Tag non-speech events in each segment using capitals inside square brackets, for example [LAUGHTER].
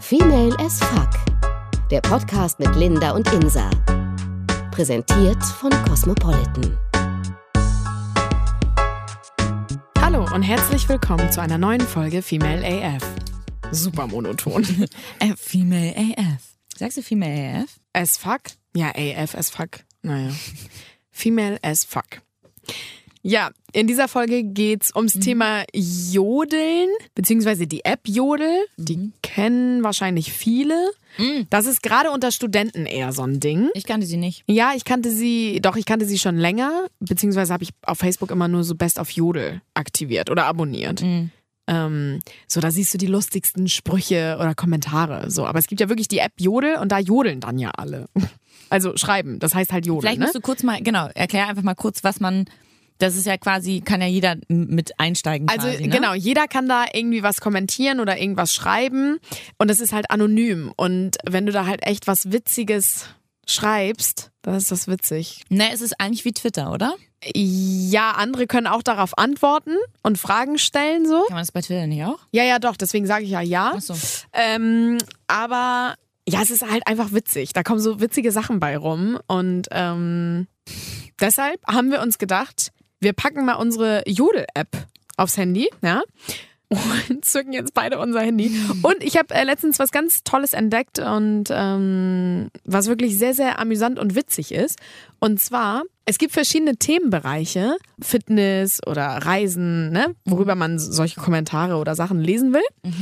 Female as Fuck. Der Podcast mit Linda und Insa. Präsentiert von Cosmopolitan. Hallo und herzlich willkommen zu einer neuen Folge Female AF. Super monoton. Äh, Female AF. Sagst du Female AF? as fuck? Ja, AF as fuck. Naja. Female as fuck. Ja, in dieser Folge geht's ums Thema Jodeln, beziehungsweise die App Jodel. Die kennen wahrscheinlich viele. Das ist gerade unter Studenten eher so ein Ding. Ich kannte sie nicht. Ja, ich kannte sie, doch, ich kannte sie schon länger, beziehungsweise habe ich auf Facebook immer nur so Best auf Jodel aktiviert oder abonniert. Mhm. Ähm, so, da siehst du die lustigsten Sprüche oder Kommentare. So, aber es gibt ja wirklich die App Jodel und da jodeln dann ja alle. [LAUGHS] Also schreiben, das heißt halt Jodel. Vielleicht ne? musst du kurz mal, genau, erklär einfach mal kurz, was man, das ist ja quasi, kann ja jeder m- mit einsteigen. Also quasi, ne? genau, jeder kann da irgendwie was kommentieren oder irgendwas schreiben und es ist halt anonym und wenn du da halt echt was Witziges schreibst, dann ist das witzig. Ne, es ist eigentlich wie Twitter, oder? Ja, andere können auch darauf antworten und Fragen stellen so. Kann man das bei Twitter nicht auch? Ja, ja, doch, deswegen sage ich ja ja. Ach so. Ähm, aber ja, es ist halt einfach witzig. Da kommen so witzige Sachen bei rum. Und ähm, deshalb haben wir uns gedacht, wir packen mal unsere Jodel-App aufs Handy, ja. Und [LAUGHS] zücken jetzt beide unser Handy. Und ich habe äh, letztens was ganz Tolles entdeckt und ähm, was wirklich sehr, sehr amüsant und witzig ist. Und zwar, es gibt verschiedene Themenbereiche, Fitness oder Reisen, ne, worüber man solche Kommentare oder Sachen lesen will.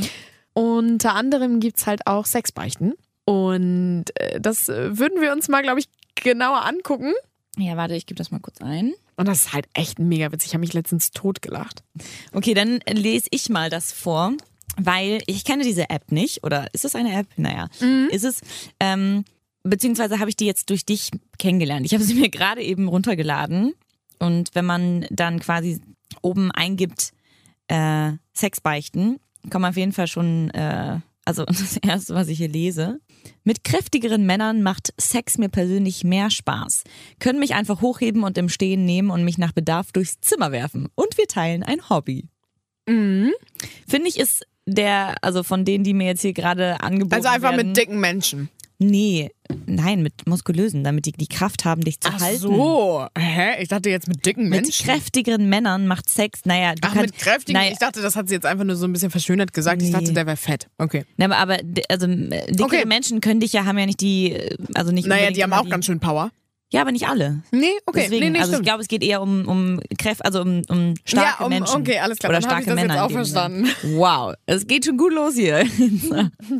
Unter anderem gibt's halt auch Sexbeichten. Und äh, das äh, würden wir uns mal, glaube ich, genauer angucken. Ja, warte, ich gebe das mal kurz ein. Und das ist halt echt mega witzig. Ich habe mich letztens totgelacht. Okay, dann lese ich mal das vor, weil ich kenne diese App nicht. Oder ist es eine App? Naja, Mhm. ist es. Ähm, beziehungsweise habe ich die jetzt durch dich kennengelernt. Ich habe sie [LAUGHS] mir gerade eben runtergeladen. Und wenn man dann quasi oben eingibt, äh, Sex beichten, kommen auf jeden Fall schon, äh, also [LAUGHS] das erste, was ich hier lese. Mit kräftigeren Männern macht Sex mir persönlich mehr Spaß. Können mich einfach hochheben und im Stehen nehmen und mich nach Bedarf durchs Zimmer werfen. Und wir teilen ein Hobby. Mhm. Finde ich ist der, also von denen, die mir jetzt hier gerade angeboten Also einfach werden, mit dicken Menschen. Nee, nein, mit muskulösen, damit die die Kraft haben, dich zu halten. so. Hä? Ich dachte jetzt mit dicken Mit Menschen. kräftigeren Männern macht Sex, naja, du Ach, kannst, mit kräftigen? Naja, Ich dachte, das hat sie jetzt einfach nur so ein bisschen verschönert gesagt. Ich Nee. dachte, der wäre fett. Okay. na, aber, aber d- also äh, dickere Okay. Menschen können dich ja, haben ja nicht die, äh, also nicht Naja, unbedingt die haben immer auch ganz schön Power. Ja, aber nicht alle. Nee, okay. Deswegen, nee, nee, also ich stimmt. glaube, es geht eher um, um Kräfte, also um, um starke Ja, um- Menschen. okay, alles klar, Oder dann hab ich starke das jetzt Männer. auch in dem Sinne. Wow, es geht schon gut los hier. [LAUGHS]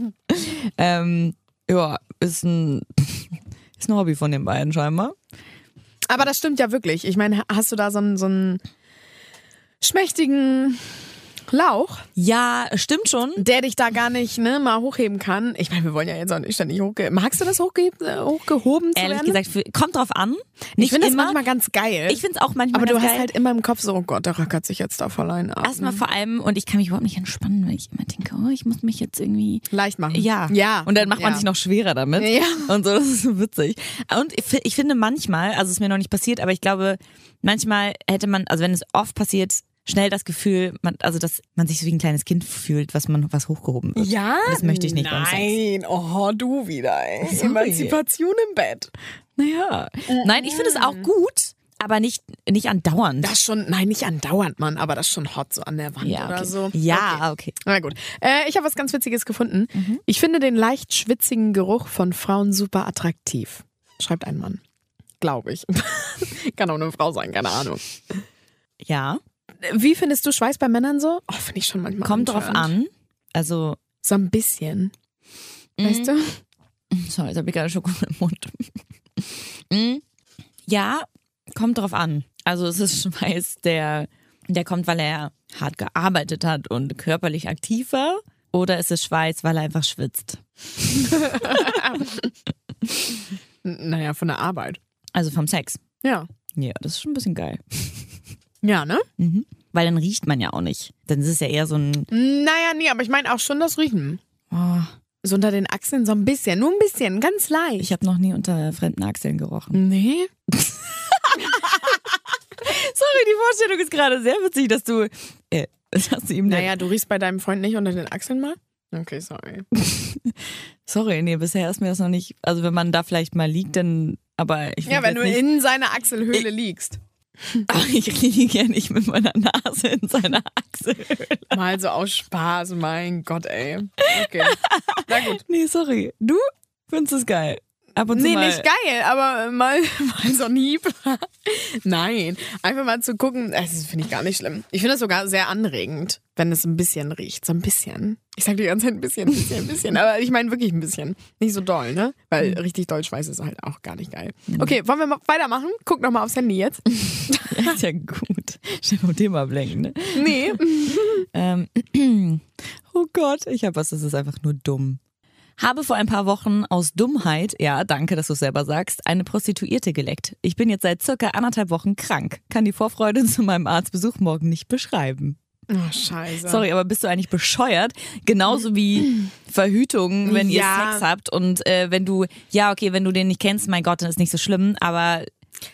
ähm, ja, ist ein, [LAUGHS] ist ein Hobby von den beiden scheinbar. Aber das stimmt ja wirklich. Ich meine, hast du da so einen, so einen schmächtigen Lauch? Ja, stimmt schon. der dich da gar nicht ne, mal hochheben kann. Ich meine, wir wollen ja jetzt auch nicht ständig hochgehen. Magst du das hochge äh, hochgehoben zu Ehrlich werden? gesagt, für, kommt drauf an. ich Nicht finde das immer. manchmal ganz geil. ich finde es auch manchmal aber du ganz hast geil. halt ne? immer im Kopf so, oh Gott, der rackert sich jetzt da voll ein Ah, ab. erstmal vor allem und ich kann mich überhaupt nicht entspannen, weil ich immer denke, oh, ich muss mich jetzt irgendwie leicht machen. ja. ja. Und dann macht man Ja. sich noch schwerer damit. Ja. Und so, das ist so witzig. Und ich, fi- ich finde manchmal, also es ist mir noch nicht passiert, aber ich glaube, manchmal hätte man, also wenn es oft passiert, schnell das Gefühl, man, also dass man sich so wie ein kleines Kind fühlt, was man was hochgehoben wird. Ja? Das möchte ich nicht beim Sex. Nein, oh, du wieder, ey. Sorry. Emanzipation im Bett. Naja. Nein, ich finde es Mhm. auch gut, aber nicht, nicht andauernd. Das schon, nein, nicht andauernd, Mann, aber das schon hot so an der Wand ja, okay. oder so. Ja, okay. Na gut. Äh, ich habe was ganz Witziges gefunden. Mhm. Ich finde den leicht schwitzigen Geruch von Frauen super attraktiv. Schreibt ein Mann. Glaube ich. [LAUGHS] Kann auch eine Frau sein, keine Ahnung. Ja. Wie findest du Schweiß bei Männern so? Oh, finde ich schon manchmal. Kommt drauf anstrengend. an. Also, [LAUGHS] So ein bisschen. Mhm. Weißt du? Sorry, jetzt habe ich gerade Schokolade im Mund. [LAUGHS] Mm. ja, kommt drauf an. Also es ist Schweiß, der, der kommt, weil er hart gearbeitet hat und körperlich aktiv war. Oder ist es Schweiß, weil er einfach schwitzt? N- Naja, von der Arbeit. Also vom Sex. Ja. Ja, das ist schon ein bisschen geil. Mhm. Ja, ne? Weil dann riecht man ja auch nicht. Dann ist es ja eher so ein... Naja, nee, aber ich meine auch schon das Riechen. Oh, So unter den Achseln so ein bisschen, nur ein bisschen, ganz leicht. ich habe noch nie unter fremden Achseln gerochen. [LAUGHS] nee. Sorry, die Vorstellung ist gerade sehr witzig, dass du... Äh, [LAUGHS] das hast du ihm Naja, du riechst bei deinem Freund nicht unter den Achseln mal? Okay, sorry. Sorry, nee, bisher ist mir das noch nicht. Also wenn man da vielleicht mal liegt, dann. Aber ich Ja, würd wenn du jetzt nicht, in seiner Achselhöhle liegst. [LAUGHS] aber ich liege ja nicht mit meiner Nase in seiner [LAUGHS] Achselhöhle. Mal so aus Spaß, mein Gott, ey. Okay. Na gut. Nee, sorry. Du findest es geil. Ab und zu Nee, mal. nicht geil, aber äh, mal, [LAUGHS] mal so ein Hieb. Nein, einfach mal zu gucken, Äh, das finde ich gar nicht schlimm. Ich finde das sogar sehr anregend, wenn es ein bisschen riecht, so ein bisschen. Ich sage die ganze Zeit ein bisschen, ein bisschen, ein bisschen, aber ich meine wirklich ein bisschen. Nicht so doll, ne? Weil richtig doll Schweiß ist halt auch gar nicht geil. Okay, wollen wir mal weitermachen? Guck nochmal aufs Handy [LAUGHS] jetzt. Ja, ist [LAUGHS] ja gut. Schnell vom Thema ablenken, ne? Nee. Ähm, [CLEARS THROAT] oh Gott, ich habe was, das ist einfach nur dumm. Habe vor ein paar Wochen aus Dummheit, ja, danke, dass du es selber sagst, eine Prostituierte geleckt. Ich bin jetzt seit circa anderthalb Wochen krank. Kann die Vorfreude zu meinem Arztbesuch morgen nicht beschreiben. Oh, scheiße. Sorry, aber bist du eigentlich bescheuert? [CLEARS THROAT] Genauso wie Verhütung, wenn Ja. ihr Sex habt und äh, wenn du, ja, okay, wenn du den nicht kennst, mein Gott, dann ist nicht so schlimm, aber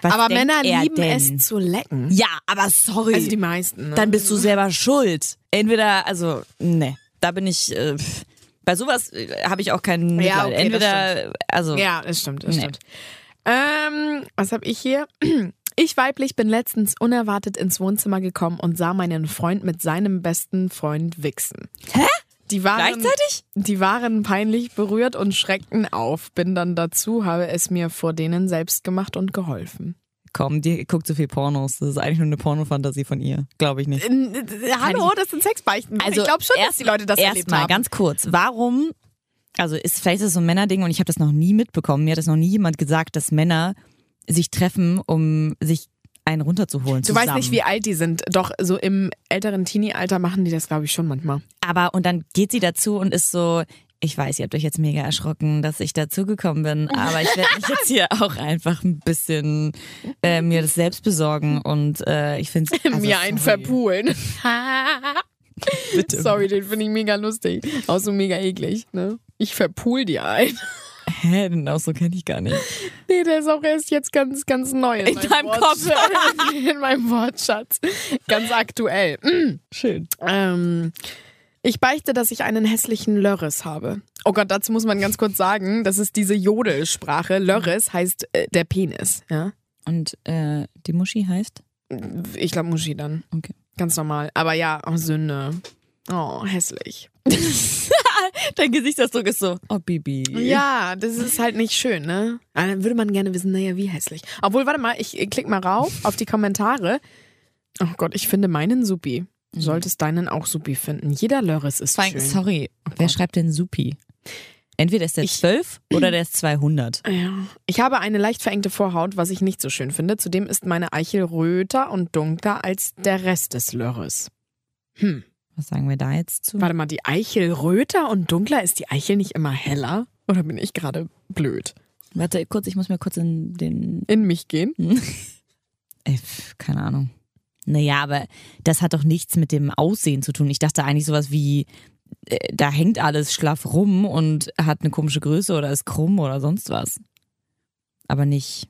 was aber denkt Männer er lieben denn? es zu lecken. Ja, aber sorry Also die meisten. Ne? dann bist du selber schuld. Entweder, also, ne, da bin ich, äh, pff, bei sowas äh, habe ich auch keinen Mitleid. Ja, okay, das Entweder, also, Ja, das stimmt, das Nee. stimmt. Ähm, was habe ich hier? [CLEARS THROAT] Ich weiblich bin letztens unerwartet ins Wohnzimmer gekommen und sah meinen Freund mit seinem besten Freund wichsen. Hä? Die waren, Gleichzeitig? Die waren peinlich berührt und schreckten auf. Bin dann dazu, habe es mir vor denen selbst gemacht und geholfen. komm, die guckt so viel Pornos. Das ist eigentlich nur eine Pornofantasie von ihr. Glaube ich nicht. Äh, hallo, das sind Sexbeichten. Also ich glaube schon, dass erst- die Leute das erlebt erstmal haben. ganz kurz. Warum? Also ist vielleicht ist es so ein Männerding und ich habe das noch nie mitbekommen. Mir hat das noch nie jemand gesagt, dass Männer sich treffen, um sich einen runterzuholen. du weißt nicht, wie alt die sind. Doch so im älteren Teenie-Alter machen die das, glaube ich, schon manchmal. Aber und dann geht sie dazu und ist so, ich weiß, ihr habt euch jetzt mega erschrocken, dass ich dazugekommen bin, aber ich werde mich jetzt hier auch einfach ein bisschen äh, mir das selbst besorgen und äh, ich finde [LAUGHS] es mir einen verpulen. Sorry, den finde ich mega lustig. Auch so mega eklig. Ne? Ich verpul dir ein. [LAUGHS] Hä, den Ausdruck kenne ich gar nicht. Nee, der ist auch erst jetzt ganz, ganz neu. In, meinem deinem Wortsch- [LAUGHS] In meinem Wortschatz. Ganz aktuell. Schön. Ähm, ich beichte, dass ich einen hässlichen Lörres habe. Oh Gott, dazu muss man ganz kurz sagen, das ist diese Jodelsprache. Lörres heißt äh, der Penis. Ja? Und äh, die Muschi heißt? Ich glaube Muschi dann. Okay. Ganz normal. Aber ja, oh, Sünde. Oh, hässlich. [LAUGHS] Dein Gesichtsausdruck ist so, oh Bibi. Ja, das ist halt nicht schön, ne? Aber dann würde man gerne wissen, naja, wie hässlich. Obwohl, warte mal, ich äh, klick mal rauf auf die Kommentare. Oh Gott, ich finde meinen Supi. Du solltest deinen auch Supi finden. Jeder Lörres ist Vor allem, schön. Sorry, wer schreibt denn Supi? Entweder ist der 12 oder der ist 200. Ja. Ich habe eine leicht verengte Vorhaut, was ich nicht so schön finde. Zudem ist meine Eichel röter und dunkler als der Rest des Lörres. Hm. Was sagen wir da jetzt zu? Warte mal, die Eichel röter und dunkler? Ist die Eichel nicht immer heller? Oder bin ich gerade blöd? Warte kurz, ich muss mir kurz in den In mich gehen? Ey, Äh, pf, keine Ahnung. Naja, aber das hat doch nichts mit dem Aussehen zu tun. Ich dachte eigentlich sowas wie, äh, da hängt alles schlaff rum und hat eine komische Größe oder ist krumm oder sonst was. Aber nicht.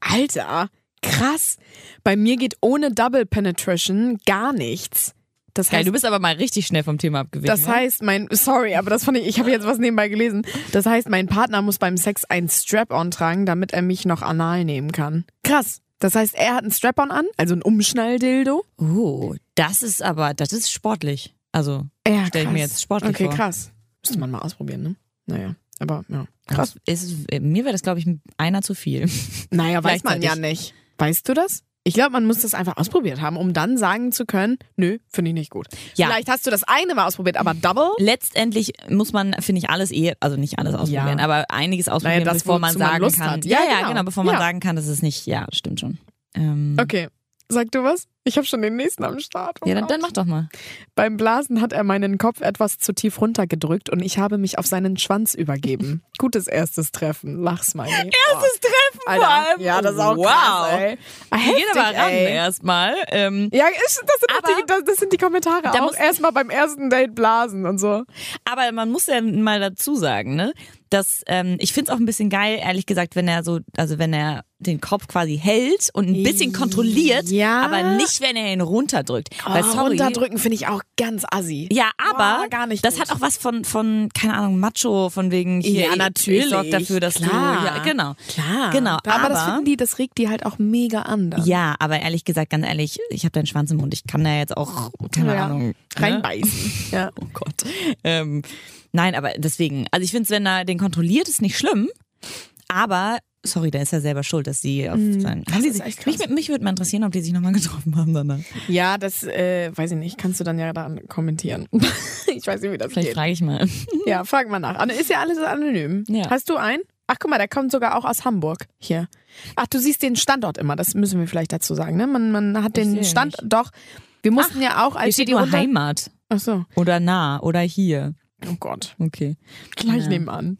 Alter, krass. Bei mir geht ohne Double Penetration gar nichts. Das Geil, heißt, du bist aber mal richtig schnell vom Thema abgewichen. das ne? heißt, mein, sorry, aber das fand ich, ich habe jetzt was nebenbei gelesen. Das heißt, mein Partner muss beim Sex ein Strap-on tragen, damit er mich noch anal nehmen kann. Krass. Das heißt, er hat einen Strap-on an, also ein Umschnalldildo. Oh, das ist aber, das ist sportlich. Also, Ja, Stell ich mir jetzt sportlich okay, vor. krass. Müsste man mal ausprobieren, ne? Naja, aber ja. Krass. es ist, mir wäre das, glaube ich, einer zu viel. Naja, weiß man ja nicht. Weißt du das? Ich glaube, man muss das einfach ausprobiert haben, um dann sagen zu können, nö, finde ich nicht gut. Ja. Vielleicht hast du das eine mal ausprobiert, aber double? Letztendlich muss man, finde ich, alles eh, also nicht alles ausprobieren, Ja. aber einiges ausprobieren, das, bevor man wozu man sagen Lust kann. hat. Ja, ja, genau. genau, bevor man Ja. sagen kann, dass es nicht, ja, stimmt schon. Ähm, Okay, sag du was? Ich habe schon den nächsten am Start. Oh Ja, dann, Gott. dann mach doch [LAUGHS] mal. Beim Blasen hat er meinen Kopf etwas zu tief runtergedrückt und ich habe mich auf seinen Schwanz [LAUGHS] übergeben. Gutes erstes Treffen, Lachsmiley. Erstes Treffen Alter. Ja, das ist auch wow. krass, ey. Ah, Die Heftig, geht aber ran ey. erstmal. Ähm, Ja, ist, das, sind doch Aber- die, das, das sind die Kommentare. Da auch muss- erstmal beim ersten Date blasen und so. aber man muss ja mal dazu sagen, ne, dass ähm, ich find's auch ein bisschen geil, ehrlich gesagt, wenn er so, also wenn er den Kopf quasi hält und ein bisschen kontrolliert, Ja. aber nicht nicht, wenn er ihn runterdrückt. Weil, Oh, sorry, runterdrücken finde ich auch ganz assi. Ja, aber Boah, gar nicht das gut. hat auch was von, von, keine Ahnung, Macho, von wegen hier. Ja, ich- natürlich. Ich sorg dafür, dass Klar. du. Ja, genau. Klar. Genau. Aber, das finden die, das regt die halt auch mega an. dann. ja, aber ehrlich gesagt, ganz ehrlich, ich habe deinen Schwanz im Mund. Ich kann da jetzt auch, keine Ja. Ahnung. Ne? [LAUGHS] Reinbeißen. Ja. Oh Gott. Ähm, nein, aber deswegen, also ich finde es, wenn er den kontrolliert, ist nicht schlimm. Aber, sorry, der ist ja selber schuld, dass sie auf seinen. Haben sie Mhm. ist sich, echt krass. mich mich würde mal interessieren, ob die sich nochmal getroffen haben danach. Ja, das äh, weiß ich nicht. Kannst du dann ja dann kommentieren. [LAUGHS] ich weiß nicht, wie das Vielleicht geht. frage ich mal. Ja, frag mal nach. Aber Ist ja alles anonym. Ja. Hast du einen? Ach, guck mal, der kommt sogar auch aus Hamburg hier. Ach, du siehst den Standort immer. Das müssen wir vielleicht dazu sagen. Ne? Man, man hat sehe den ihn Standort. Doch. Wir mussten ja auch, Hier als wir steht die nur runter... Heimat. Ach so. Oder nah. Oder hier. Oh Gott. Okay. Gleich Ja. nebenan.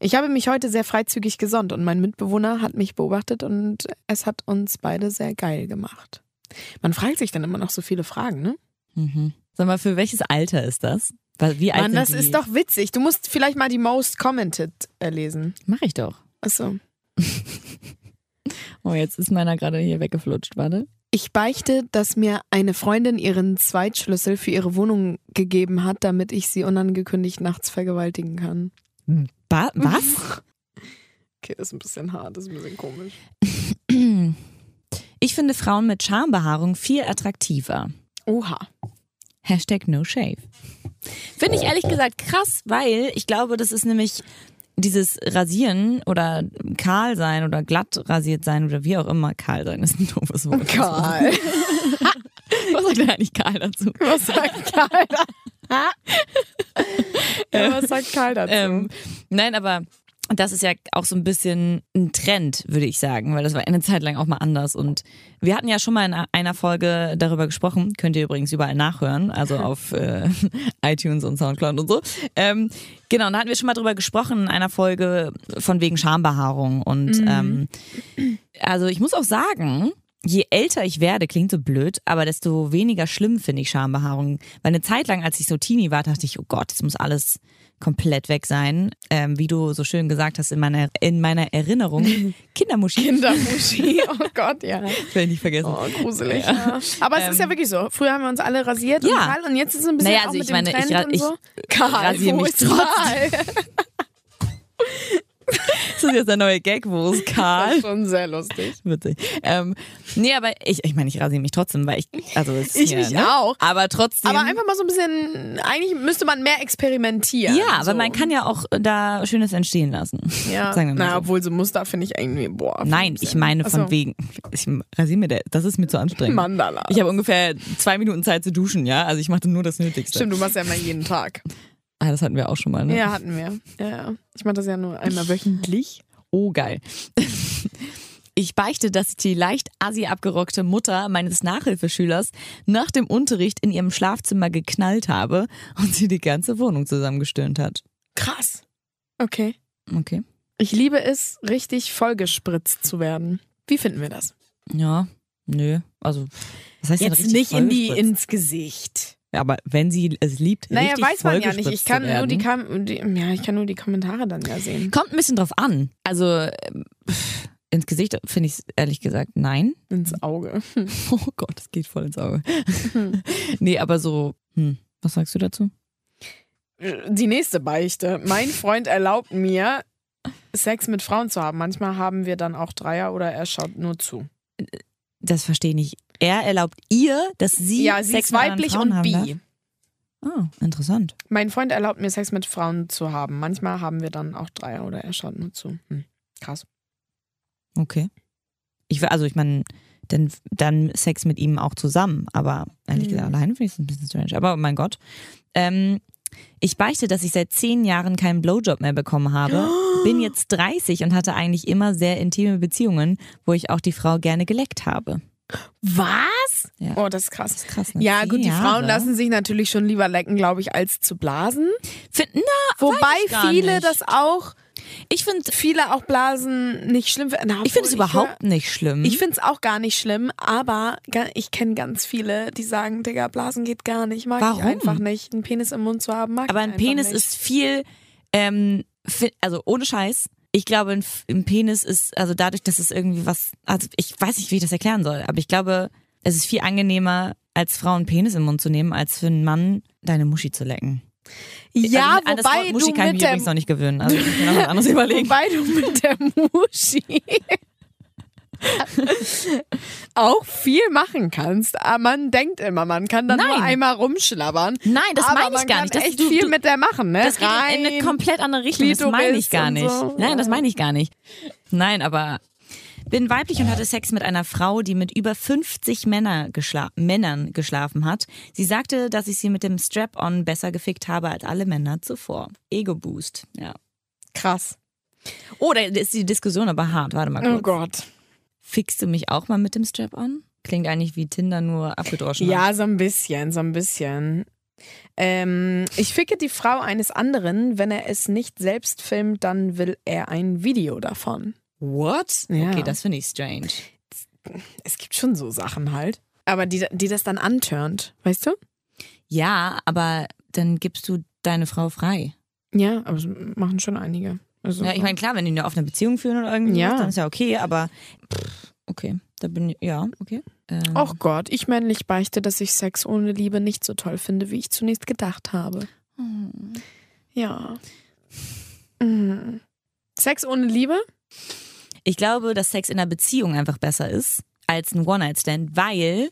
Ich habe mich heute sehr freizügig gesonnt und mein Mitbewohner hat mich beobachtet und es hat uns beide sehr geil gemacht. Man fragt sich dann immer noch so viele Fragen, ne? Mhm. Sag mal, für welches Alter ist das? Weil- Wie alt Mann, sind das die? ist doch witzig. Du musst vielleicht mal die Most Commented äh, lesen. Mach ich doch. Achso. Oh, jetzt ist meiner gerade hier weggeflutscht, warte. Ich beichte, dass mir eine Freundin ihren Zweitschlüssel für ihre Wohnung gegeben hat, damit ich sie unangekündigt nachts vergewaltigen kann. Hm, Ba was? Okay, ist ein bisschen hart, ist ein bisschen komisch. Ich finde Frauen mit Schambehaarung viel attraktiver. Oha. Hashtag no shave. Finde ich ehrlich gesagt krass, weil ich glaube, das ist nämlich dieses Rasieren oder kahl sein oder glatt rasiert sein oder wie auch immer. Kahl sein ist ein doofes Wort. Karl. Was sagt denn eigentlich kahl dazu? Was [LAUGHS] sagt Karl dazu? ja, was sagt Karl dazu? Ähm, nein, aber das ist ja auch so ein bisschen ein Trend, würde ich sagen, weil das war eine Zeit lang auch mal anders. Und wir hatten ja schon mal in einer Folge darüber gesprochen, könnt ihr übrigens überall nachhören, also auf äh, iTunes und Soundcloud und so. Ähm, genau, und da hatten wir schon mal drüber gesprochen in einer Folge von wegen Schambehaarung. Und ähm, also ich muss auch sagen, je älter ich werde, klingt so blöd, aber desto weniger schlimm finde ich Schambehaarung. Weil eine Zeit lang, als ich so Teenie war, dachte ich, oh Gott, das muss alles komplett weg sein. Ähm, wie du so schön gesagt hast in meiner, in meiner Erinnerung, [LAUGHS] Kindermuschi. Kindermuschi, oh Gott, ja. Das [LAUGHS] werde ich nicht vergessen. Oh, gruselig. Ja. Aber es ist ja wirklich so. Früher haben wir uns alle rasiert und, Ähm. Ja. Karl, und jetzt ist es ein bisschen Naja, auch also mit ich meine, dem ich Trend ra- und ich so. Karl, rasiere wo mich ist [LAUGHS] Karl? Das ist jetzt der neue Gag, wo ist Das Karl? [LAUGHS] ist schon sehr lustig. Witzig. Ähm, nee, aber ich, ich meine, ich rasiere mich trotzdem, weil ich, also es ist Ich mir, mich ne? auch. Aber trotzdem. Aber einfach mal so ein bisschen, eigentlich müsste man mehr experimentieren. ja, so. aber man kann ja auch da Schönes entstehen lassen. ja. Sagen wir mal Na, so. obwohl so Muster finde ich irgendwie, boah. Nein, ich meine von Ach so. wegen, ich rasiere mir, der, das ist mir zu anstrengend. Mandala. Ich habe ungefähr zwei Minuten Zeit zu duschen, ja? Also ich machte nur das Nötigste. Stimmt, du machst ja immer jeden Tag. Ah, das hatten wir auch schon mal, ne? Ja, hatten wir. Ja, ja. Ich mache das ja nur einmal wöchentlich. Oh, geil. [LAUGHS] Ich beichte, dass die leicht assi abgerockte Mutter meines Nachhilfeschülers nach dem Unterricht in ihrem Schlafzimmer geknallt habe und sie die ganze Wohnung zusammengestöhnt hat. Krass. Okay. Okay. Ich liebe es, richtig vollgespritzt zu werden. Wie finden wir das? Ja, nö. Also, was heißt denn richtig vollgespritzt? ins Gesicht. Ja, Aber wenn sie es liebt, Naja, richtig weiß man ja nicht. Ich vollgespritzt kann zu nur die, werden. Kam die, ja, ich kann nur die Kommentare dann ja sehen. Kommt ein bisschen drauf an. Also, ähm, pff, ins Gesicht finde ich ehrlich gesagt nein. [LAUGHS] Ins Auge. Oh Gott, das geht voll ins [LAUGHS] Auge. nee, aber so, hm, was sagst du dazu? Die nächste Beichte. Mein Freund erlaubt mir, Sex mit Frauen zu haben. Manchmal haben wir dann auch Dreier oder er schaut nur zu. Das verstehe ich nicht. Er erlaubt ihr, dass sie ja, sie Sex ist mit weiblich anderen und Frauen bi. haben ne? darf? Ah, interessant. Mein Freund erlaubt mir, Sex mit Frauen zu haben. Manchmal haben wir dann auch Dreier oder er schaut nur zu. Hm. Krass. Okay. Ich war, also ich meine, dann, dann Sex mit ihm auch zusammen, aber ehrlich Mhm. gesagt, alleine finde ich es ein bisschen strange. Aber oh mein Gott. Ähm, ich beichte, dass ich seit zehn Jahren keinen Blowjob mehr bekommen habe. Bin jetzt 30 und hatte eigentlich immer sehr intime Beziehungen, wo ich auch die Frau gerne geleckt habe. Was? Ja. Oh, das ist krass. Krass, ne? Ja, Zehn gut, die Frauen Jahre. lassen sich natürlich schon lieber lecken, glaube ich, als zu blasen. Find, na, Wobei ich gar viele nicht. das auch, ich finde, viele auch Blasen nicht schlimm. fi- Na, ich finde es obwohl, überhaupt nicht schlimm. Ich, ich finde es auch gar nicht schlimm, aber ga- ich kenne ganz viele, die sagen, Digga, Blasen geht gar nicht. Mag Warum? ich einfach nicht. Einen Penis im Mund zu haben, mag aber ich ein einfach Penis nicht. ist viel, ähm, fi- also ohne Scheiß. Ich glaube, ein, F- ein Penis ist, also dadurch, dass es irgendwie was, also ich weiß nicht, wie ich das erklären soll, aber ich glaube, es ist viel angenehmer, als Frau einen Penis im Mund zu nehmen, als für einen Mann deine Muschi zu lecken. Ja, also, an das wobei Wort du Muschi kann mit ich mich der- übrigens noch nicht gewöhnen. Also ich muss mir noch [LAUGHS] was anderes überlegen. Wobei du mit der Muschi auch viel machen kannst. Aber man denkt immer, man kann dann Nein. nur einmal rumschlabbern. Nein, das aber meine ich man gar kann nicht. Das- Echt du- viel du- mit der machen, ne? Das geht in eine Rein. komplett andere Richtung. Das meine Klitoris ich gar und nicht. so. Nein, das meine ich gar nicht. Nein, aber bin weiblich und hatte Sex mit einer Frau, die mit über 50 Männer geschla Männern geschlafen hat. Sie sagte, dass ich sie mit dem Strap-on besser gefickt habe als alle Männer zuvor. Ego-Boost, ja. Krass. Oh, da ist die Diskussion aber hart. Warte mal kurz. Oh Gott. Fickst du mich auch mal mit dem Strap-on? Klingt eigentlich wie Tinder nur abgedroschen. Ja, so ein bisschen, so ein bisschen. Ähm, ich ficke die Frau eines anderen, wenn er es nicht selbst filmt, dann will er ein Video davon. What? Ja. Okay, das finde ich strange. Es gibt schon so Sachen halt. Aber die, die das dann antörnt, weißt du? Ja, aber dann gibst du deine Frau frei. Ja, aber es machen schon einige. Also, Ja, ich meine, klar, wenn die eine offene Beziehung führen oder irgendwie, Ja. ja. dann ist ja okay, aber pff, okay, da bin ich, ja, okay. Ähm, Och Gott, ich männlich beichte, dass ich Sex ohne Liebe nicht so toll finde, wie ich zunächst gedacht habe. hm. Ja. Mhm. Sex ohne Liebe? Ich glaube, dass Sex in einer Beziehung einfach besser ist als ein One-Night-Stand, weil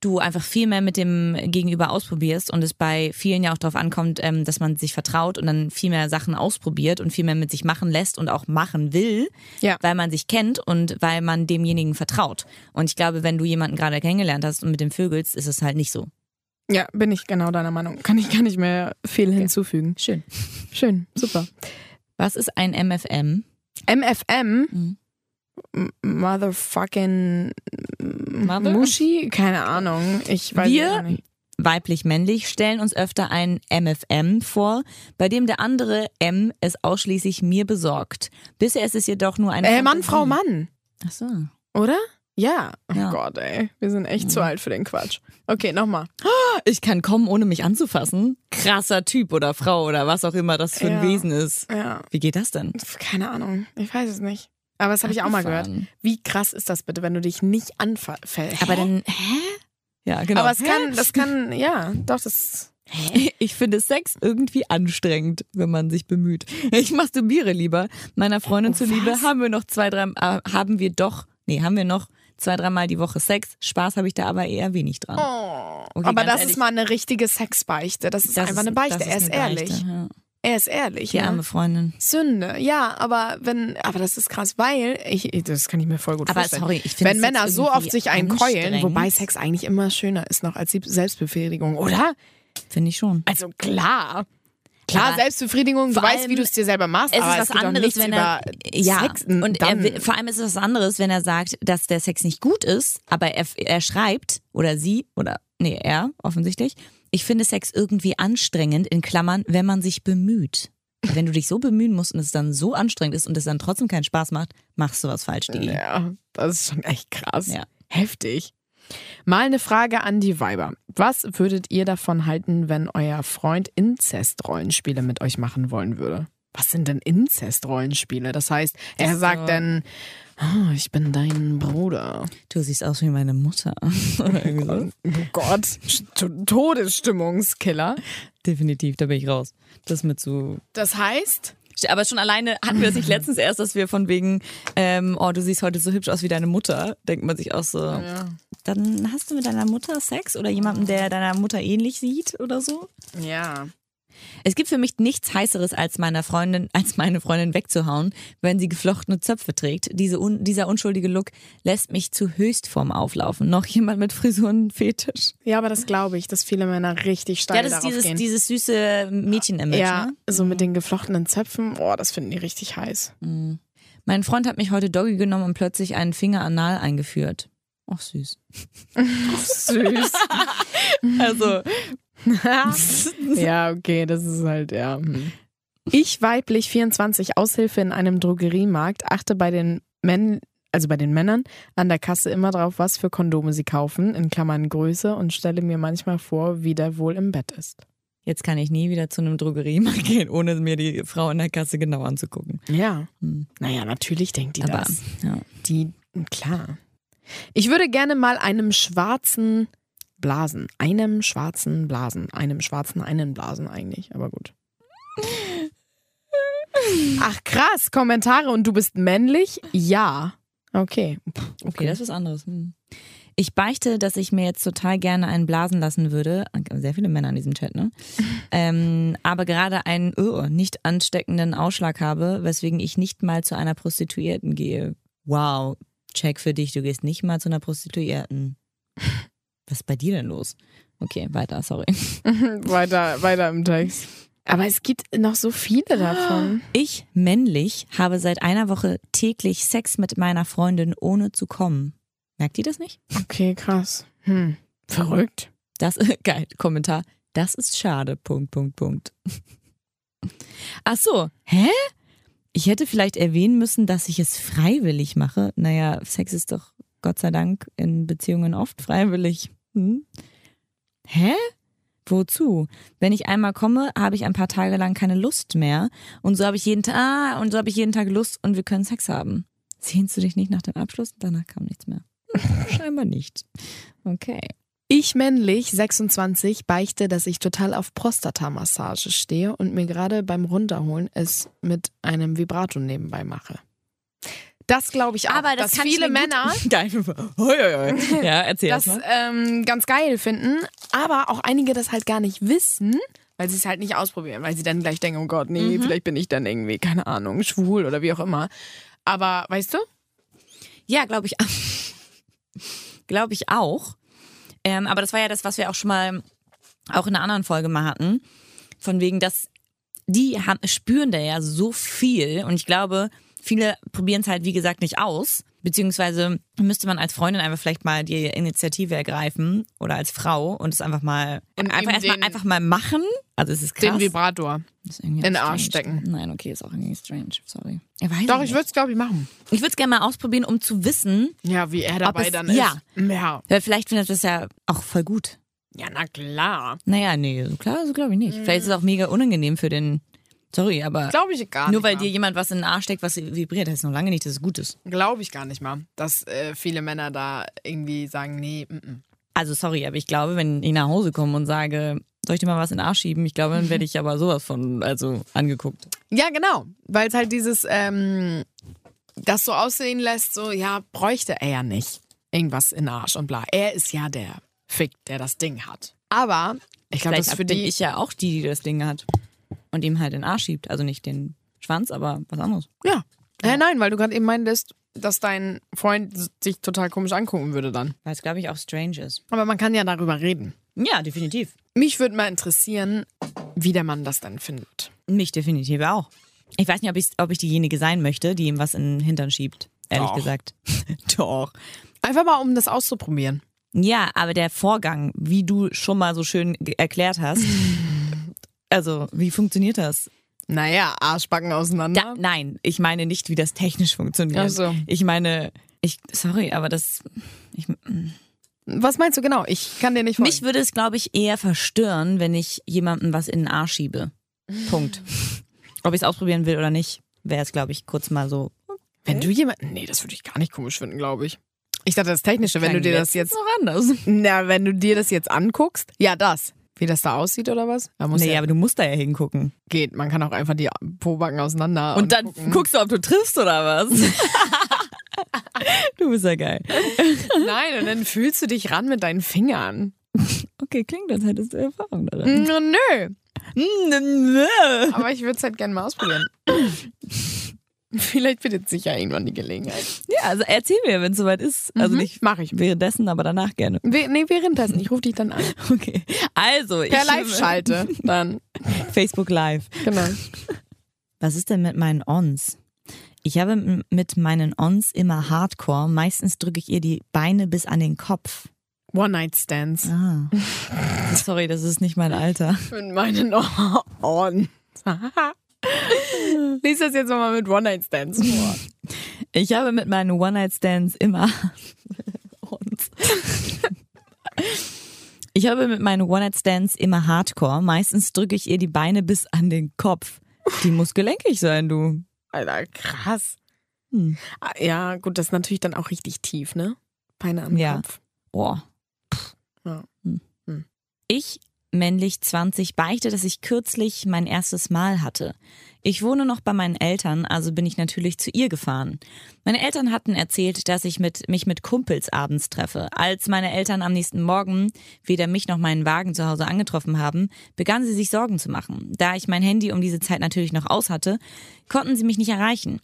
du einfach viel mehr mit dem Gegenüber ausprobierst und es bei vielen ja auch darauf ankommt, ähm, dass man sich vertraut und dann viel mehr Sachen ausprobiert und viel mehr mit sich machen lässt und auch machen will, Ja. weil man sich kennt und weil man demjenigen vertraut. Und ich glaube, wenn du jemanden gerade kennengelernt hast und mit dem vögelst, ist es halt nicht so. Ja, bin ich genau deiner Meinung. Kann ich gar nicht mehr viel hinzufügen. Schön. Schön, super. Was ist ein MFM? MFM, Mhm. M- motherfucking Mother? Mushi? Keine Ahnung. Ich weiß Wir- es auch nicht. weiblich-männlich, stellen uns öfter einen MFM vor, bei dem der andere M es ausschließlich mir besorgt. Bisher ist es jedoch nur eine Äh, Mann, Fantasie. Frau, Mann. Ach so. Oder? Ja. Mhm. Oh Ja. Gott, ey. Wir sind echt zu alt für den Quatsch. Okay, nochmal. Ich kann kommen, ohne mich anzufassen. Krasser Typ oder Frau oder was auch immer das für Ja. ein Wesen ist. Ja. Wie geht das denn? Pf, Keine Ahnung. Ich weiß es nicht. Aber das habe ich auch mal gehört. Abgefahren. Wie krass ist das bitte, wenn du dich nicht anfällst? Aber dann, hä? Ja, genau. Aber es Hä? kann, das kann, ja, doch, das. [LAUGHS] Ich finde Sex irgendwie anstrengend, wenn man sich bemüht. Ich masturbiere lieber. Meiner Freundin Oh, zuliebe haben wir noch zwei, drei, äh, haben wir doch, nee, haben wir noch zwei, dreimal die Woche Sex. Spaß habe ich da aber eher wenig dran. Oh. Okay, Aber ganz das ehrlich. ist mal eine richtige Sexbeichte. Das ist Das einfach eine Beichte. das er ist eine ehrlich. Beichte, ja. Er ist ehrlich. Die Ne? arme Freundin. Sünde. Ja, aber wenn, aber das ist krass, weil ich, das kann ich mir voll gut Aber vorstellen. sorry, ich finde wenn Sex Männer so irgendwie oft sich einkeulen, anstrengend. wobei Sex eigentlich immer schöner ist noch als die Selbstbefriedigung, oder? Finde ich schon. Also klar. Klar, Aber Selbstbefriedigung, du vor weißt, allem, wie du es dir selber machst, Es aber ist es was geht doch anderes, nichts wenn über er ja Sex und er dann- will, vor allem ist es was anderes, wenn er sagt, dass der Sex nicht gut ist, aber er, er schreibt oder sie oder nee er offensichtlich. Ich finde Sex irgendwie anstrengend in Klammern, wenn man sich bemüht. Wenn du dich so bemühen musst und es dann so anstrengend ist und es dann trotzdem keinen Spaß macht, machst du was falsch, Digi. Ja, das ist schon echt krass. Ja. Heftig. Mal eine Frage an die Weiber. Was würdet ihr davon halten, wenn euer Freund Inzest-Rollenspiele mit euch machen wollen würde? Was sind denn Inzest-Rollenspiele? Das heißt, er ist sagt so- dann, oh, ich bin dein Bruder. Du siehst aus wie meine Mutter. [LAUGHS] Oder irgendwie so. Oh Gott, St- Todesstimmungskiller. Definitiv, da bin ich raus. Das mit so Das heißt, Aber schon alleine hatten wir das [LAUGHS] nicht letztens erst, dass wir von wegen, ähm, oh, du siehst heute so hübsch aus wie deine Mutter, denkt man sich auch so. Dann hast du mit deiner Mutter Sex oder jemandem, der deiner Mutter ähnlich sieht oder so? ja. Es gibt für mich nichts heißeres als meiner Freundin, [LAUGHS] als meine Freundin wegzuhauen, wenn sie geflochtene Zöpfe trägt. Diese un, dieser unschuldige Look lässt mich zu Höchstform auflaufen. Noch jemand mit Frisurenfetisch. Ja, aber das glaube ich, dass viele Männer richtig steil Ja, das ist darauf dieses, gehen. dieses süße Mädchen-Image. ja, Ne? so mit den geflochtenen Zöpfen, oh, das finden die richtig [LAUGHS] heiß. Mein Freund hat mich heute Doggy genommen und plötzlich einen Finger anal eingeführt. Ach süß. Süß. Also, [LAUGHS] ja, okay, das ist halt, ja. Mhm. hm. Ich weiblich 24 Aushilfe in einem Drogeriemarkt achte bei den Männern, also bei den Männern an der Kasse immer drauf, was für Kondome sie kaufen, in Klammern Größe und stelle mir manchmal vor, wie der wohl im Bett ist. Jetzt kann ich nie wieder zu einem Drogeriemarkt gehen, ohne mir die Frau in der Kasse genau anzugucken. Ja. Hm. Naja, natürlich denkt die Aber das. ja. Die, klar. Ich würde gerne mal einem schwarzen Blasen, einem schwarzen Blasen, einem schwarzen einen Blasen eigentlich, aber gut. Ach krass, Kommentare und du bist männlich? Ja. Okay. Pff, Okay, das ist was anderes. Hm. Ich beichte, dass ich mir jetzt total gerne einen blasen lassen würde. Sehr viele Männer in diesem Chat, [LAUGHS] ne? ähm, aber gerade einen oh, nicht ansteckenden Ausschlag habe, weswegen ich nicht mal zu einer Prostituierten gehe. Wow, check für dich, du gehst nicht mal zu einer [LAUGHS] Prostituierten. Was ist bei dir denn los? Okay, weiter, sorry. [LAUGHS] Weiter, weiter im Text. Aber es gibt noch so viele davon. Ich, männlich, habe seit einer Woche täglich Sex mit meiner Freundin, ohne zu kommen. Merkt ihr das nicht? Okay, krass. Hm. Verrückt. Das, [LAUGHS] geil, Kommentar. Das ist schade, Punkt, Punkt, Punkt. [LAUGHS] Ach so, hä? Ich hätte vielleicht erwähnen müssen, dass ich es freiwillig mache. Naja, Sex ist doch Gott sei Dank in Beziehungen oft freiwillig. Hm? Hä? Wozu? Wenn ich einmal komme, habe ich ein paar Tage lang keine Lust mehr und so habe ich jeden Tag ah, und so habe ich jeden Tag Lust und wir können Sex haben. Sehnst du dich nicht nach dem Abschluss? Danach kam nichts mehr. Hm, Scheinbar nicht. Okay. Ich männlich, 26, beichte, dass ich total auf Prostatamassage stehe und mir gerade beim Runterholen es mit einem Vibrato nebenbei mache. Das glaube ich auch, Aber das dass kann ich viele mir gut- [LAUGHS] ne? Männer Geil. Hoi, hoi, hoi. Ja, erzähl das erst mal. ähm, ganz geil finden, aber auch einige das halt gar nicht wissen, weil sie es halt nicht ausprobieren, weil sie dann gleich denken, oh Gott, Mhm. nee, vielleicht bin ich dann irgendwie, keine Ahnung, schwul oder wie auch immer. Aber weißt du? Ja, glaube ich. [LAUGHS] glaube ich auch. Ähm, aber das war ja das, was wir auch schon mal auch in einer anderen Folge mal hatten. Von wegen, dass die haben, spüren da ja so viel. Und ich glaube, viele probieren es halt, wie gesagt, nicht aus. Beziehungsweise müsste man als Freundin einfach vielleicht mal die Initiative ergreifen oder als Frau und es einfach mal Und ihm einfach, erstmal den- einfach mal machen. Also es ist krass. Den Vibrator. Ist irgendwie in den strange. Arsch stecken. Nein, okay, ist auch irgendwie strange. Sorry. Ja, weiß Doch, nicht. ich würde es, glaube ich, machen. Ich würde es gerne mal ausprobieren, um zu wissen, Ja, wie er dabei es- dann ja. ist. Ja. weil vielleicht findet das ja auch voll gut. Ja, na klar. Naja, nee, so klar, so glaube ich nicht. Vielleicht ist es auch mega unangenehm für den. Sorry, aber Glaube ich gar nur nicht. ne? weil mal. dir jemand was in den Arsch steckt, was vibriert, heißt noch lange nicht, dass es gut ist. Glaube ich gar nicht mal, dass äh, viele Männer da irgendwie sagen, nee, mm Also sorry, aber ich glaube, wenn ich nach Hause komme und sage, soll ich dir mal was in den Arsch schieben? Ich glaube, dann werde ich aber sowas von, also angeguckt. Ja, genau. Weil es halt dieses, ähm, das so aussehen lässt, so, ja, bräuchte er ja nicht. Irgendwas in den Arsch und bla. Er ist ja der Fick, der das Ding hat. Aber ich glaube, das Vielleicht ist für bin die. ich ja auch die, die das Ding hat und ihm halt in den Arsch schiebt. Also nicht den Schwanz, aber was anderes. ja. Äh, nein, weil du gerade eben meintest, dass dein Freund s- sich total komisch angucken würde dann. Weil es, glaube ich, auch strange ist. Aber man kann ja darüber reden. Ja, definitiv. Mich würde mal interessieren, wie der Mann das dann findet. Mich definitiv auch. Ich weiß nicht, ob ich, ob ich diejenige sein möchte, die ihm was in den Hintern schiebt. Ehrlich Doch. gesagt. [LAUGHS] Doch. Einfach mal, um das auszuprobieren. Ja, aber der Vorgang, wie du schon mal so schön ge- erklärt [LAUGHS] hast, also wie funktioniert das? Naja, Arschbacken auseinander. Da, nein, ich meine nicht, wie das technisch funktioniert. Ach so. Ich meine, ich, sorry, aber das, ich, Was meinst du genau? Ich kann dir nicht mich würde es, glaube ich, eher verstören, wenn ich jemandem was in den [LAUGHS] Arsch schiebe. Punkt. Ob ich es ausprobieren will oder nicht, wäre es, glaube ich, kurz mal so. Wenn du jemanden. Nee, das würde ich gar nicht komisch finden, glaube ich. Ich dachte, das Technische, wenn du dir das jetzt. noch anders. Na, wenn du dir das jetzt anguckst. Ja, das. Wie das da aussieht oder was? Da muss Nee, ja, aber du musst da ja hingucken. geht. Man kann auch einfach die Pobacken auseinander. Und dann guckst du, ob du triffst oder was. [LAUGHS] du bist ja geil. [LAUGHS] Nein, und dann fühlst du dich ran mit deinen Fingern. Okay, klingt, als hättest du Erfahrung darin. Nö, nö. Mm, Nö. Aber ich würde es halt gerne mal [LAUGHS] ausprobieren. Vielleicht bietet sich ja irgendwann die Gelegenheit. Ja, also erzähl mir, wenn es soweit ist. Also Mhm, nicht mach ich. währenddessen, aber danach gerne. [LAUGHS] We nee, währenddessen. Ich rufe dich dann an. Okay. Also, [LAUGHS] ich Per Live-Schalte. Dann. [LAUGHS] Facebook Live. Genau. Was ist denn mit meinen Ons? Ich habe m- mit meinen Ons immer Hardcore. Meistens drücke ich ihr die Beine bis an den Kopf. One-Night-Stands. [LAUGHS] Ah. Sorry, das ist nicht mein Alter. Mit meinen [LAUGHS] Ohren. Lies das jetzt nochmal mit One-Night-Stands vor. Ich habe mit meinen One-Night-Stands immer. [LAUGHS] Und. Ich habe mit meinen One-Night-Stands immer Hardcore. Meistens drücke ich ihr die Beine bis an den Kopf. Die muss gelenkig sein, du. Alter, krass. Hm. Ah, Ja, gut, das ist natürlich dann auch richtig tief, ne? Beine am Ja. Kopf. Oh. Ja. Ich, männlich 20, beichte, dass ich kürzlich mein erstes Mal hatte. Ich wohne noch bei meinen Eltern, also bin ich natürlich zu ihr gefahren. Meine Eltern hatten erzählt, dass ich mit, mich mit Kumpels abends treffe. Als meine Eltern am nächsten Morgen weder mich noch meinen Wagen zu Hause angetroffen haben, begannen sie sich Sorgen zu machen. Da ich mein Handy um diese Zeit natürlich noch aus hatte, konnten sie mich nicht erreichen.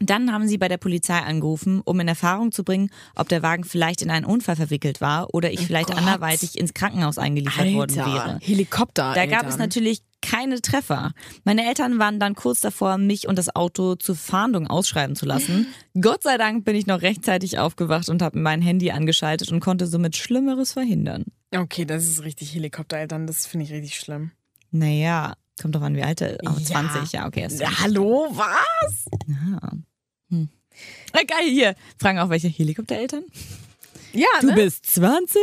Dann haben sie bei der Polizei angerufen, um in Erfahrung zu bringen, ob der Wagen vielleicht in einen Unfall verwickelt war oder ich vielleicht Gott. anderweitig ins Krankenhaus eingeliefert worden wäre. Helikopter. Da gab es natürlich keine Treffer. Meine Eltern waren dann kurz davor, mich und das Auto zur Fahndung ausschreiben [GASPS] zu lassen. Gott sei Dank bin ich noch rechtzeitig aufgewacht und habe mein Handy angeschaltet und konnte somit Schlimmeres verhindern. Okay, das ist richtig Helikoptereltern. Das finde ich richtig schlimm. Naja, kommt doch an, wie alt er ist. Auch Ja. 20, ja, okay. Ist hallo, was? Na, geil, hier. Fragen auch welche Helikoptereltern? Ja, Du ne? bist 20?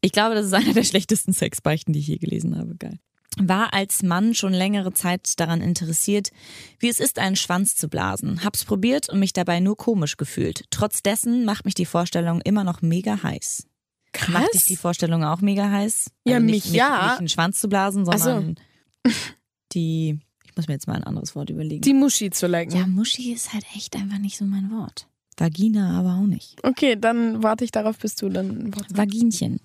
Ich glaube, das ist einer der schlechtesten Sexbeichten, die ich je gelesen habe. Geil. War als Mann schon längere Zeit daran interessiert, wie es ist, einen Schwanz zu blasen. Hab's probiert und mich dabei nur komisch gefühlt. Trotz dessen macht mich die Vorstellung immer noch mega heiß. Macht dich die Vorstellung auch mega heiß? Also Ja, nicht, mich nicht, ja. Nicht einen Schwanz zu blasen, Ach so. sondern die. Ich muss mir jetzt mal ein anderes Wort überlegen. Die Muschi zu lecken. ja, Muschi ist halt echt einfach nicht so mein Wort. Vagina aber auch nicht. Okay, dann warte ich darauf, bis du dann. Vaginchen.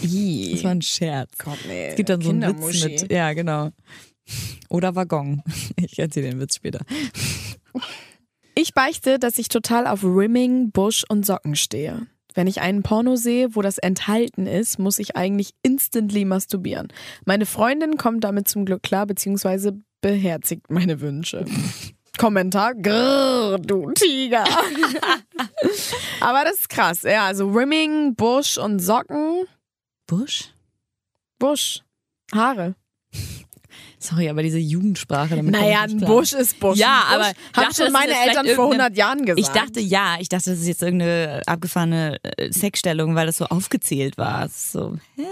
Das war ein Scherz. Gott, nee. Es gibt dann so einen Witz mit. Ja, genau. Oder Waggon. [LAUGHS] Ich erzähle den Witz später. Ich beichte, dass ich total auf Rimming, Busch und Socken stehe. Wenn ich einen Porno sehe, wo das enthalten ist, muss ich eigentlich instantly masturbieren. Meine Freundin kommt damit zum Glück klar, beziehungsweise beherzigt meine [LAUGHS] Wünsche. Kommentar, grrr, du [LAUGHS] Tiger. Aber das ist krass, ja. Also Rimming, Busch und Socken. Busch? Busch. Haare. Sorry, aber diese Jugendsprache. Damit komme Naja, ich ein nicht klar. Busch ist Busch. Ja, Ein aber Busch ich haben dachte, schon das meine ist vielleicht Eltern vor irgendeine- 100 Jahren gesagt. Ich dachte, ja, ich dachte, das ist jetzt irgendeine abgefahrene äh, Sexstellung, weil das so aufgezählt war. Es ist So, hä?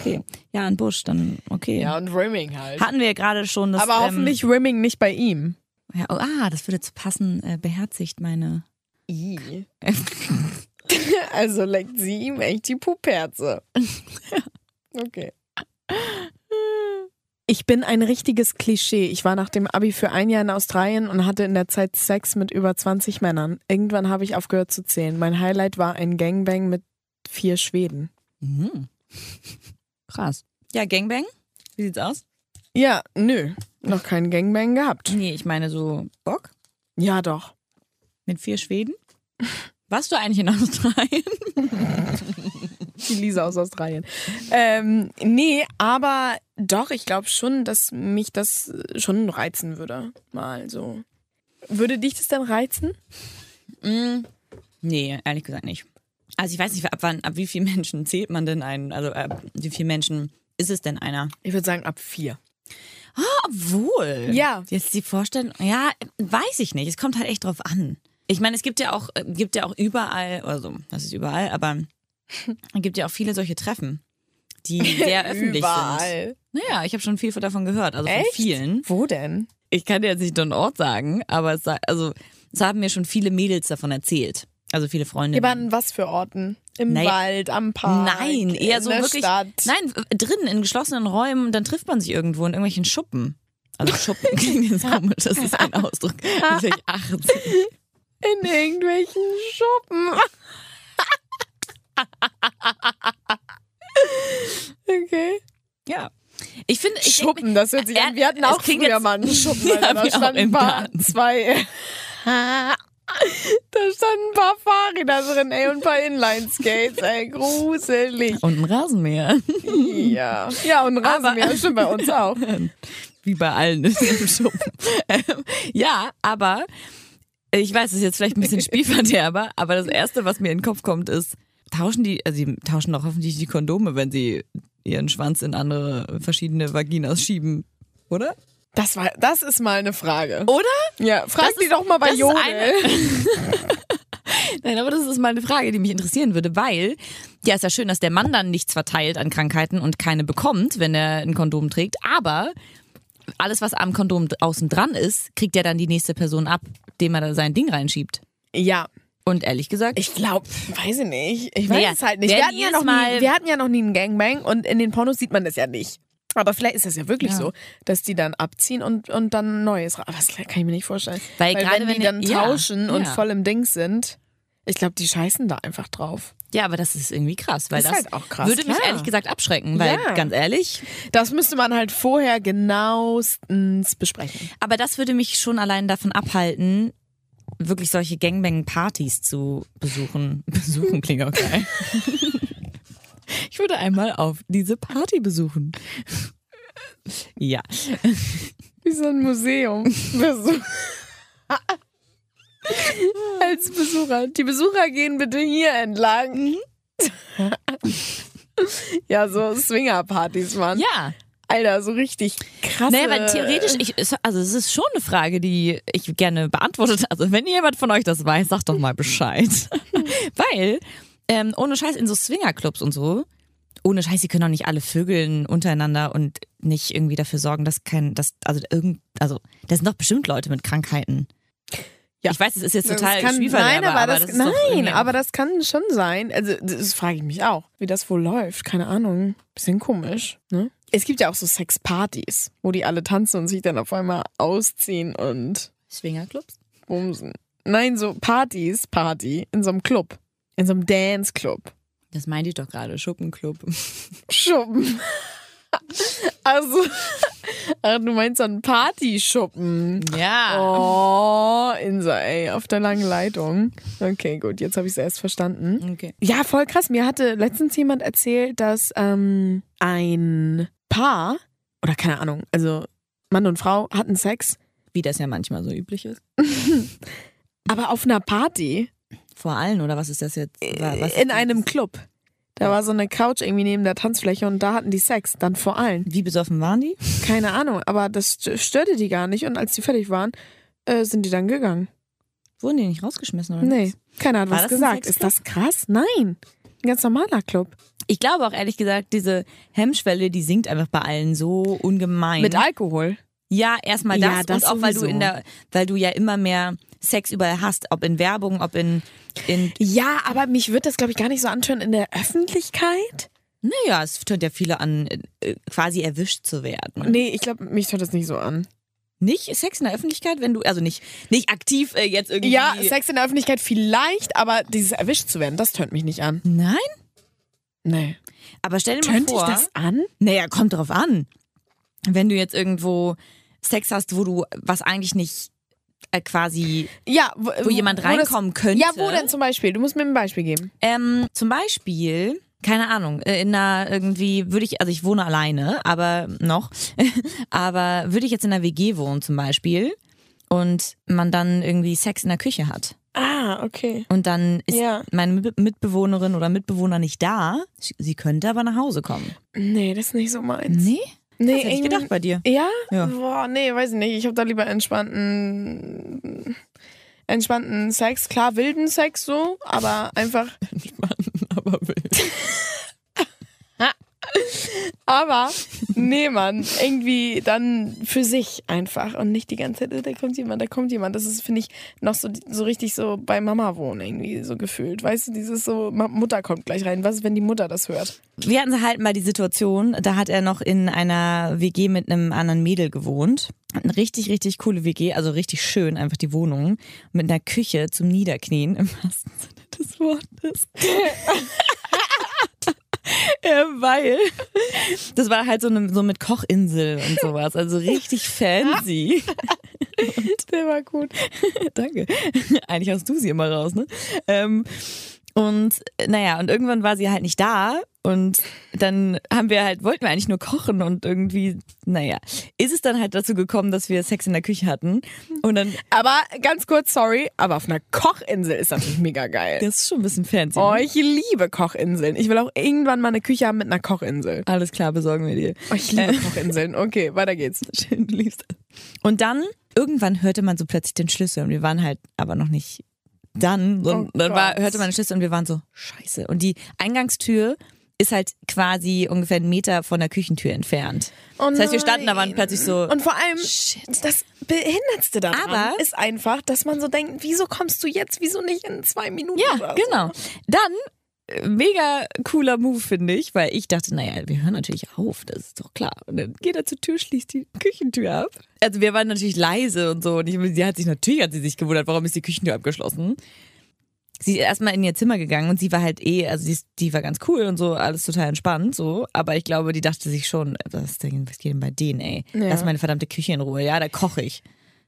Okay. Ja, ein Busch, dann okay. Ja, und Rimming halt. Hatten wir gerade schon das. Aber hoffentlich Rimming nicht bei ihm. Ähm, ja, oh, ah, das würde zu passen, äh, beherzigt meine. [LAUGHS] [LAUGHS] also leckt sie ihm echt die [LAUGHS] Puperze. Okay. Ich bin ein richtiges Klischee. Ich war nach dem Abi für ein Jahr in Australien und hatte in der Zeit Sex mit über 20 Männern. Irgendwann habe ich aufgehört zu zählen. Mein Highlight war ein Gangbang mit vier Schweden. Mhm. Krass. Ja, Gangbang? Wie sieht's aus? Ja, nö. Noch kein Gangbang gehabt. Nee, ich meine so Bock. Ja, doch. Mit vier Schweden? Warst du eigentlich in [LAUGHS] Australien? Die Lisa aus Australien. Ähm, nee, aber doch, ich glaube schon, dass mich das äh, schon reizen würde. Mal so. Würde dich das dann reizen? Mm. Nee, ehrlich gesagt nicht. Also ich weiß nicht, ab wann, ab wie vielen Menschen zählt man denn einen? Also ab wie vielen Menschen ist es denn einer? Ich würde sagen, ab vier. Obwohl. Ja. Jetzt die Vorstellung, ja, weiß ich nicht. Es kommt halt echt drauf an. Ich meine, es gibt ja auch, äh, gibt ja auch überall, also das ist überall, aber es gibt ja auch viele solche Treffen, die [LAUGHS] sehr öffentlich sind. Naja, ich habe schon viel davon gehört, also Echt? von vielen. Wo denn? ich kann dir jetzt nicht den Ort sagen, aber es, sa- also, es haben mir schon viele Mädels davon erzählt. Also viele Freunde. Aber an was für Orten? Im Naja. Wald, am Park? nein, eher Ah, in so der wirklich. Stadt. Nein, w- drinnen in geschlossenen Räumen, dann trifft man sich irgendwo in irgendwelchen Schuppen. Also [LAUGHS] Schuppen klingt jetzt komisch, das ist ein Ausdruck. Das ist echt 18. In irgendwelchen Schuppen. [LAUGHS] okay. Ja. Ich finde, ich denk mir- äh, Schuppen, das hört sich an. Wir hatten Es auch klingt früher jetzt- mal einen Schuppen. Ja, Alter. da wir auch standen ein im paar, Garten. zwei. äh, da standen ein paar Fahrräder drin, ey, und ein paar Inline-Skates, ey, gruselig. und ein Rasenmäher. Ja. Ja, und Rasenmäher, stimmt bei uns [LAUGHS] auch. Wie bei allen [LAUGHS] ist im Schuppen. Ähm, ja, aber ich weiß, es ist jetzt vielleicht ein bisschen Spielverderber, aber das Erste, was mir in den Kopf kommt, ist, tauschen die, also sie tauschen doch hoffentlich die Kondome, wenn sie ihren Schwanz in andere verschiedene Vaginas schieben, oder? Das, war, das ist mal eine Frage. Oder? Ja, frag Das die ist- doch mal bei das ist eine- [LAUGHS] Jodel. Nein, aber das ist mal eine Frage, die mich interessieren würde, weil, ja, ist ja schön, dass der Mann dann nichts verteilt an Krankheiten und keine bekommt, wenn er ein Kondom trägt, aber alles, was am Kondom außen dran ist, kriegt ja dann die nächste Person ab, dem er da sein Ding reinschiebt. Ja, Und ehrlich gesagt, Ich glaube, weiß ich nicht. Ich weiß Naja, es halt nicht. werden Wir hatten, ja jedes noch nie, Mal- wir hatten ja noch nie einen Gangbang und in den Pornos sieht man das ja nicht. Aber vielleicht ist das ja wirklich Ja. so, dass die dann abziehen und, und dann neues. ra- Aber das kann ich mir nicht vorstellen. Weil wenn gerade wenn die ihr- dann ja, tauschen und ja. voll im Ding sind, ich glaube, die scheißen da einfach drauf. ja, aber das ist irgendwie krass, weil Ist das halt auch krass, würde mich klar. ehrlich gesagt abschrecken, weil Ja. ganz ehrlich, Das müsste man halt vorher genauestens besprechen. aber das würde mich schon allein davon abhalten, wirklich solche Gangbang-Partys zu besuchen. [LAUGHS] Besuchen klingt auch geil. Ich würde einmal auf diese Party besuchen. Ja. Wie so ein Museum. [LAUGHS] Besuch- Als Besucher. Die Besucher gehen bitte hier Mhm. entlang. ja, so Swinger-Partys, Mann. Ja. Alter, so richtig krasse. Naja, weil äh, theoretisch, ich, es- also es ist schon eine Frage, die ich gerne beantwortet. Also wenn jemand von euch das weiß, sagt doch mal Bescheid. [LAUGHS] weil, ähm, ohne Scheiß, in so Swingerclubs und so, ohne Scheiß, die können auch nicht alle vögeln untereinander und nicht irgendwie dafür sorgen, dass kein, dass, also irgend, also da sind doch bestimmt Leute mit Krankheiten. Ja. Ich weiß, es ist jetzt Das total kann, Spielverderber, Nein, aber, das, ist doch nein, irgendwie- aber das kann schon sein. Also, das frage ich mich auch, wie das wohl läuft. Keine Ahnung. Bisschen komisch, ne? Es gibt ja auch so Sexpartys, wo die alle tanzen und sich dann auf einmal ausziehen und Swingerclubs? Bumsen. Nein, so Partys, Party in so einem Club. In so einem Dance-Club. Das meinte ich doch gerade, Schuppenclub. Schuppen. [LAUGHS] Also, ach, du meinst so einen Partyschuppen. Ja. Oh, Insa, ey, auf der langen Leitung. Okay, gut, jetzt habe ich es erst verstanden. Okay. Ja, voll krass. Mir hatte letztens jemand erzählt, dass ähm, ein Paar, oder keine Ahnung, also Mann und Frau hatten Sex, Wie das ja manchmal so üblich ist. aber auf einer Party. Vor allen, oder was ist das jetzt? Wa- Was Äh, in einem Club. Da war so eine Couch irgendwie neben der Tanzfläche und da hatten die Sex, dann vor [LAUGHS] allen. Wie besoffen waren die? Keine Ahnung, aber das st- störte die gar nicht und als die fertig waren, äh, sind die dann gegangen. Wurden die nicht rausgeschmissen oder Nee, was? keiner hat War was das ein gesagt. Ist das Sexclub? krass? Nein. Ein ganz normaler Club. Ich glaube auch ehrlich gesagt, diese Hemmschwelle, die sinkt einfach bei allen so ungemein. Mit Alkohol. ja, erstmal das, Ja, das und auch weil du sowieso. in der weil du ja immer mehr Sex überall hast, ob in Werbung, ob in in Ja, aber mich wird das, glaube ich, gar nicht so antören in der Öffentlichkeit. naja, es tönt ja viele an äh, quasi erwischt zu werden. Nee, ich glaube, mich tönt das nicht so an. Nicht Sex in der Öffentlichkeit, wenn du also nicht nicht aktiv äh, jetzt irgendwie Ja, Sex in der Öffentlichkeit vielleicht, aber dieses erwischt zu werden, das tönt mich nicht an. Nein, Nee. aber stell dir mal Tönt dich vor, das an? Naja, kommt drauf an. Wenn du jetzt irgendwo Sex hast, wo du was eigentlich nicht äh, quasi, Ja, wo, wo jemand das- reinkommen könnte. Ja, wo denn zum Beispiel? Du musst mir ein Beispiel geben. Ähm, zum Beispiel, keine Ahnung, äh, in einer irgendwie würde ich, also ich wohne alleine, aber noch, [LAUGHS] aber würde ich jetzt in einer WG wohnen zum Beispiel und man dann irgendwie Sex in der Küche hat. Ah, okay. Und dann ist Ja. meine Mit- Mitbewohnerin oder Mitbewohner nicht da. Sie- Sie könnte aber nach Hause kommen. Nee, das ist nicht so meins. Nee? Nee, Das hätte ich irgendwie- gedacht bei dir. [LAUGHS] Ja? Ja. Boah, nee, weiß ich nicht. Ich habe da lieber entspannten entspannten Sex, klar wilden Sex so, aber einfach Entspannen, aber wild. aber nee, Mann, irgendwie dann für sich einfach und nicht die ganze Zeit, oh, da kommt jemand, da kommt jemand. Das ist finde ich noch so so richtig so bei Mama wohnen irgendwie so gefühlt. Weißt du, dieses so Ma- Mutter kommt gleich rein. Was ist, wenn die Mutter das hört? Wir hatten halt mal die Situation, da hat er noch in einer WG mit einem anderen Mädel gewohnt. Hat Eine richtig, richtig coole WG, also richtig schön, einfach die Wohnung. Mit einer Küche zum Niederknien, im wahrsten Sinne des Wortes. äh, weil das war halt so, eine, so mit Kochinsel und sowas, also richtig fancy. Der war gut. Danke. [LAUGHS] Eigentlich hast du sie immer raus, ne? Ähm, und äh, naja, und irgendwann war sie halt nicht da und dann haben wir halt, wollten wir eigentlich nur kochen und irgendwie, naja, ist es dann halt dazu gekommen, dass wir Sex in der Küche hatten und dann, Aber ganz kurz, sorry, aber auf einer Kochinsel ist natürlich mega [LAUGHS] geil. das ist schon ein bisschen fancy. Oh, Ne? ich liebe Kochinseln. Ich will auch irgendwann mal eine Küche haben mit einer Kochinsel. Alles klar, besorgen wir dir. Oh, ich liebe Kochinseln. Okay, weiter geht's. [LAUGHS] Schön, du liebst das. Und dann, irgendwann hörte man so plötzlich den Schlüssel und wir waren halt aber noch nicht dann. Oh Und dann war, Gott. hörte man den Schlüssel und wir waren so, scheiße. Und die Eingangstür ist halt quasi ungefähr einen Meter von der Küchentür entfernt. Oh Das heißt, wir standen da, waren nein. plötzlich so- Und vor allem, Shit. das, Behindertste daran Aber- ist einfach, dass man so denkt, wieso kommst du jetzt, wieso nicht in zwei Minuten? Ja, oder genau. Dann, äh, mega cooler Move, finde ich, weil ich dachte, naja, wir hören natürlich auf, das ist doch klar. Und dann geht er zur Tür, schließt die Küchentür ab. Also wir waren natürlich leise und so. Und ich, sie hat sich natürlich hat sie sich gewundert, warum ist die Küchentür abgeschlossen. Sie ist erstmal in ihr Zimmer gegangen und sie war halt eh, also sie ist, die war ganz cool und so, alles total entspannt, so. Aber ich glaube, die dachte sich schon, was, denn, was geht denn bei denen, ey? Ja. Lass meine verdammte Küche in Ruhe, ja, da koche ich.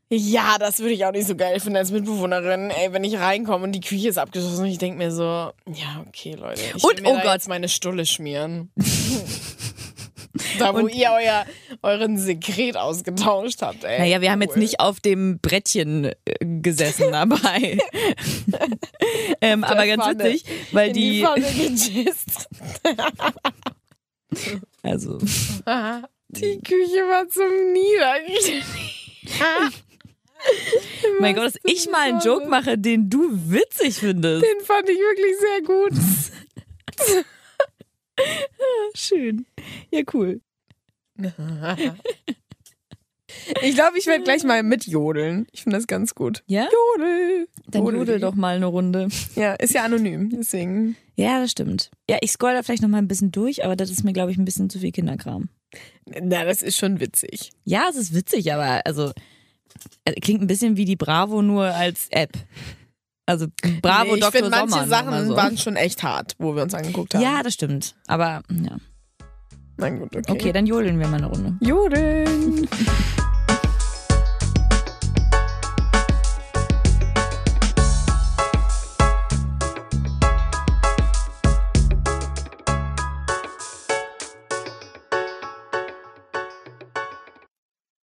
So. Ja, das würde ich auch nicht so geil finden als Mitbewohnerin. Ey, wenn ich reinkomme und die Küche ist abgeschlossen und ich denke mir so, ja, okay, Leute. Ich will Und, mir oh da Gott. jetzt meine Stulle [LAUGHS] schmieren. da, wo ihr euer, euren Sekret ausgetauscht habt, ey. Naja, wir haben jetzt Cool. nicht auf dem Brettchen äh, gesessen [LAUGHS] dabei. ähm, aber ganz Pfanne. witzig, weil In die. die Pfanne gejizzt. [LAUGHS] also, [LAUGHS] Die Küche war zum Niederknien. mein Gott, dass ich mal einen Joke mache, den du witzig findest. [LAUGHS] Den fand ich wirklich sehr [LAUGHS] gut. Schön. Ja, cool. Ich glaube, ich werde gleich mal mitjodeln. Ich finde das ganz gut. Ja? Jodel. Dann jodel doch mal eine Runde. Ja, ist ja anonym, deswegen. Ja, das stimmt. Ja, ich scroll da vielleicht noch mal ein bisschen durch, aber das ist mir, glaube ich, ein bisschen zu viel Kinderkram. Na, das ist schon witzig. Ja, es ist witzig, aber also äh, klingt ein bisschen wie die Bravo nur als App. Also Bravo nee, ich Dr. finde, Sommer. ne, also. manche nur mal Sachen so. waren schon echt hart, wo wir uns angeguckt haben. Ja, das stimmt. Aber ja. Na gut, okay. Okay, dann jodeln wir mal eine Runde. Jodeln.